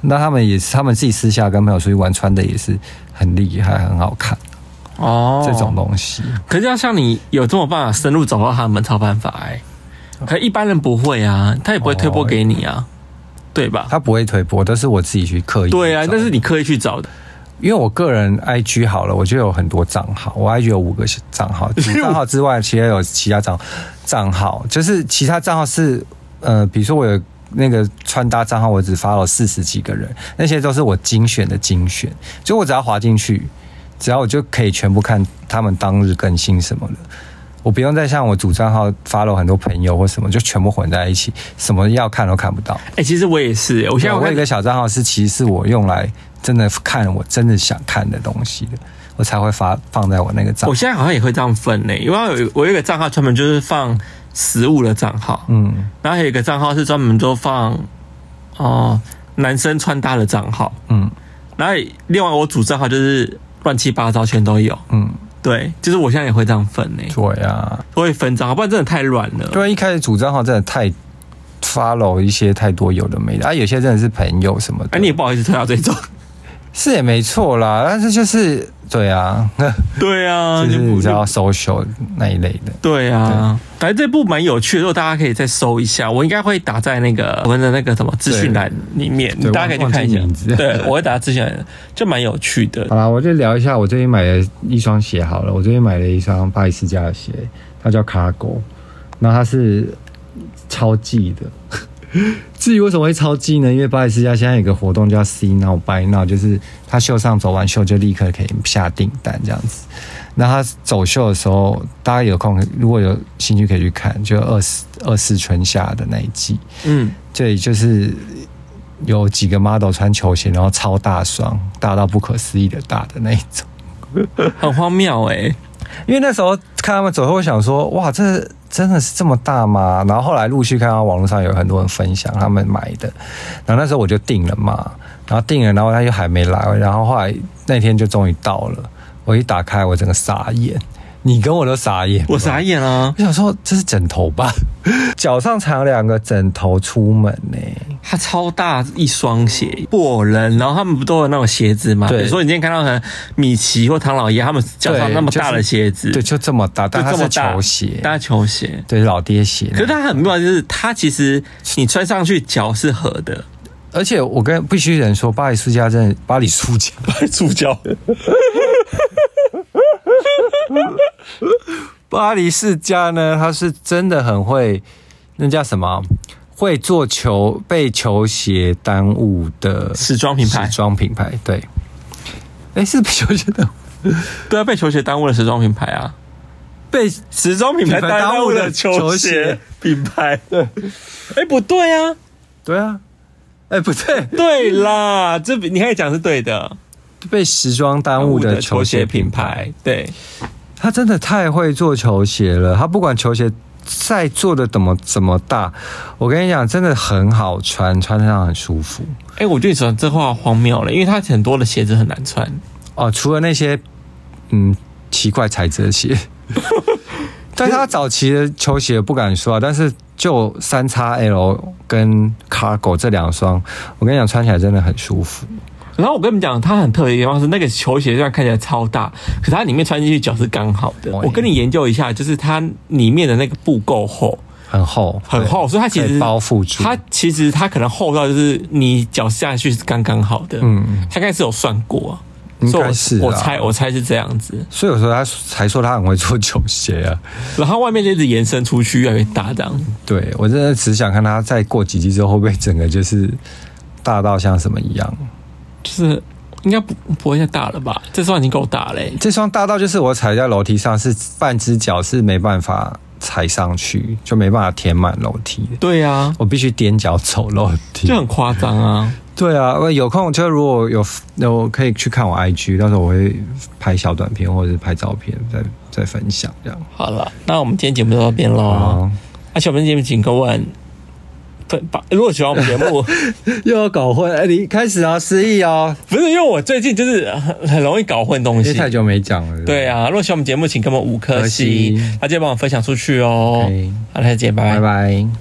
Speaker 3: 那他们也是，他们自己私下跟朋友出去玩，穿的也是很厉害，很好看。
Speaker 1: 哦
Speaker 3: 这种东西。
Speaker 1: 可是要像你有这么办法深入找到他们才有办法哎、
Speaker 3: 哦
Speaker 1: 可一般人不会啊，他也不会推播给你啊，对吧？
Speaker 3: 哎他不会推播，都是我自己去刻意去找。
Speaker 1: 对啊，但是你刻意去找的，
Speaker 3: 因为我个人 IG 好了，我就有很多账号，我 IG 有五个账
Speaker 1: [LAUGHS]
Speaker 3: 号，除账号之外，其实有其他账账号，就是其他账号是呃，比如说我有那个穿搭账号，我只发了四十几个人，那些都是我精选的精选，就我只要滑进去，只要我就可以全部看他们当日更新什么的。我不用再像我主账号发了很多朋友或什么，就全部混在一起，什么要看都看不到。
Speaker 1: 哎、其实我也是、欸，我现在
Speaker 3: 啊我有
Speaker 1: 看
Speaker 3: 一个小账号是，其实是我用来真的看我真的想看的东西的，我才会发放在我那个账
Speaker 1: 我。现在好像也会这样分呢、因为我有我有一个账号专门就是放食物的账号，
Speaker 3: 嗯，
Speaker 1: 然后还有一个账号是专门都放哦，男生穿搭的账号，
Speaker 3: 嗯
Speaker 1: 然后另外我主账号就是乱七八糟全都有。
Speaker 3: 嗯，
Speaker 1: 对，就是我现在也会这样分呢、欸，
Speaker 3: 对啊，
Speaker 1: 我会分账号，不然真的太乱了。
Speaker 3: 因啊为一开始主账号真的太 follow 一些太多有的没的，啊，有些真的是朋友什么的，
Speaker 1: 哎、你也不好意思推到这种。
Speaker 3: 是也没错啦，但是就是对啊， [LAUGHS]
Speaker 1: [LAUGHS] 对啊，
Speaker 3: 就是
Speaker 1: 你不
Speaker 3: 你知道 social 那一类的，
Speaker 1: 对啊，反正这部蛮有趣的，如果大家可以再搜一下，我应该会打在那个我们的那个什么资讯栏里面，
Speaker 3: 对
Speaker 1: 大家可以去
Speaker 3: 忘
Speaker 1: 看一
Speaker 3: 忘记名字
Speaker 1: 下。对，我会打在资讯栏，就蛮有趣的。
Speaker 3: 好啦，我就聊一下我最近买的一双鞋好了。我最近买了一双巴黎世家的鞋，它叫 Cargo，然后它是超季的。 [LAUGHS] 至于为什么会超季呢？因为巴黎世家现在有个活动叫 “See Now Buy Now”，就是它秀上走完秀就立刻可以下订单这样子。那它走秀的时候，大家有空如果有兴趣可以去看，就二四二四春夏的那一季。
Speaker 1: 嗯，
Speaker 3: 这里就是有几个 model 穿球鞋，然后超大双，大到不可思议的大的那一种。
Speaker 1: 很荒谬哎、
Speaker 3: [LAUGHS] 因为那时候看他们走后，我想说，哇，这真的是这么大吗？然后后来陆续看到网络上有很多人分享他们买的，然后那时候我就订了嘛，然后订了，然后他又还没来，然后后来那天就终于到了，我一打开，我整个傻眼，你跟我都傻眼，
Speaker 1: 我傻眼啊！
Speaker 3: 我想说这是枕头吧， [LAUGHS] 脚上藏两个枕头出门呢、
Speaker 1: 它超大一双鞋，破人，然后他们不都有那种鞋子吗？比
Speaker 3: 对
Speaker 1: 如说你今天看到可能米奇或唐老爷，他们脚上那么大的鞋子，
Speaker 3: 对，就这么大，但它
Speaker 1: 就这么
Speaker 3: 是
Speaker 1: 大
Speaker 3: 球鞋，
Speaker 1: 大球鞋。
Speaker 3: 对，老爹鞋。
Speaker 1: 可是它很妙，就是它其实你穿上去脚是合
Speaker 3: [LAUGHS]
Speaker 1: 的，
Speaker 3: 而且我跟必须人说，巴黎世家真的，巴黎世家， [LAUGHS]
Speaker 1: 触角。
Speaker 3: 巴黎世家呢，他是真的很会，那叫什么？会做球被球鞋耽误的
Speaker 1: 时装品牌
Speaker 3: 时装品牌，对。哎，是被球鞋的
Speaker 1: 对啊，被球鞋耽误了时装品牌啊，
Speaker 3: 被
Speaker 1: 时装品牌
Speaker 3: 品牌耽误
Speaker 1: 了
Speaker 3: 了
Speaker 1: 球
Speaker 3: 球
Speaker 1: 鞋
Speaker 3: 鞋
Speaker 1: 品牌。对，哎，不对啊，
Speaker 3: 对啊，哎不对，
Speaker 1: 对啦，这比你可以讲是对的，
Speaker 3: 被时装耽误的球鞋品牌，，
Speaker 1: 对。
Speaker 3: 他真的太会做球鞋了，他不管球鞋再做的怎么怎么大，我跟你讲，真的很好穿，穿上很舒服
Speaker 1: 哎、我觉得你讲这话荒谬了，因为它很多的鞋子很难穿。
Speaker 3: 哦。除了那些嗯奇怪材质的鞋， [LAUGHS] 但是他早期的球鞋不敢说啊，但是就三叉 L 跟 Cargo 这两双，我跟你讲，穿起来真的很舒服。
Speaker 1: 然后我跟你们讲，它很特别的地方是，那个球鞋虽然看起来超大，可是它里面穿进去脚是刚好的。
Speaker 3: 哦
Speaker 1: 我跟你研究一下，就是它里面的那个布够厚，
Speaker 3: 很厚，
Speaker 1: 很厚，
Speaker 3: 对
Speaker 1: 所以它其
Speaker 3: 可
Speaker 1: 实
Speaker 3: 以包覆住。
Speaker 1: 它其实它可能厚到就是你脚下去是刚刚好的。嗯，它应该是有算过啊。
Speaker 3: 应该
Speaker 1: 所以我
Speaker 3: 是
Speaker 1: 我
Speaker 3: 啦
Speaker 1: 猜我猜是这样子，
Speaker 3: 所以有时候他才说他很会做球鞋啊。
Speaker 1: 然后外面就一直延伸出去，越来越大这样。
Speaker 3: 对我真的只想看他再过几季之后会不会整个就是大到像什么一样。
Speaker 1: 就是应该不不会再大了吧？这双已经够大欸嘞、
Speaker 3: 这双大到就是我踩在楼梯上是半只脚是没办法踩上去，就没办法填满楼梯的，
Speaker 1: 对啊，
Speaker 3: 我必须踮脚走楼梯
Speaker 1: 就。很夸张啊。
Speaker 3: 对啊，我有空就如果有那我可以去看我 IG，到时候我会拍小短片或者是拍照片再再分享这样。哦
Speaker 1: 好了，那我们今天节目就到这边喽。
Speaker 3: 好，
Speaker 1: 而且我们今天节目请各位分把，如果喜欢我们节
Speaker 3: [LAUGHS]
Speaker 1: 目，
Speaker 3: 又要搞混，哎、你开始啊，失忆哦，
Speaker 1: 不是因为我最近就是很很容易搞混东
Speaker 3: 因为
Speaker 1: 西。
Speaker 3: 太久没讲了。
Speaker 1: 对啊，如果喜欢我们节目，请给我们五颗
Speaker 3: 颗
Speaker 1: 星
Speaker 3: 星，
Speaker 1: 大家帮我分享出去哦
Speaker 3: OK。
Speaker 1: 好，再见，拜拜
Speaker 3: 拜。拜。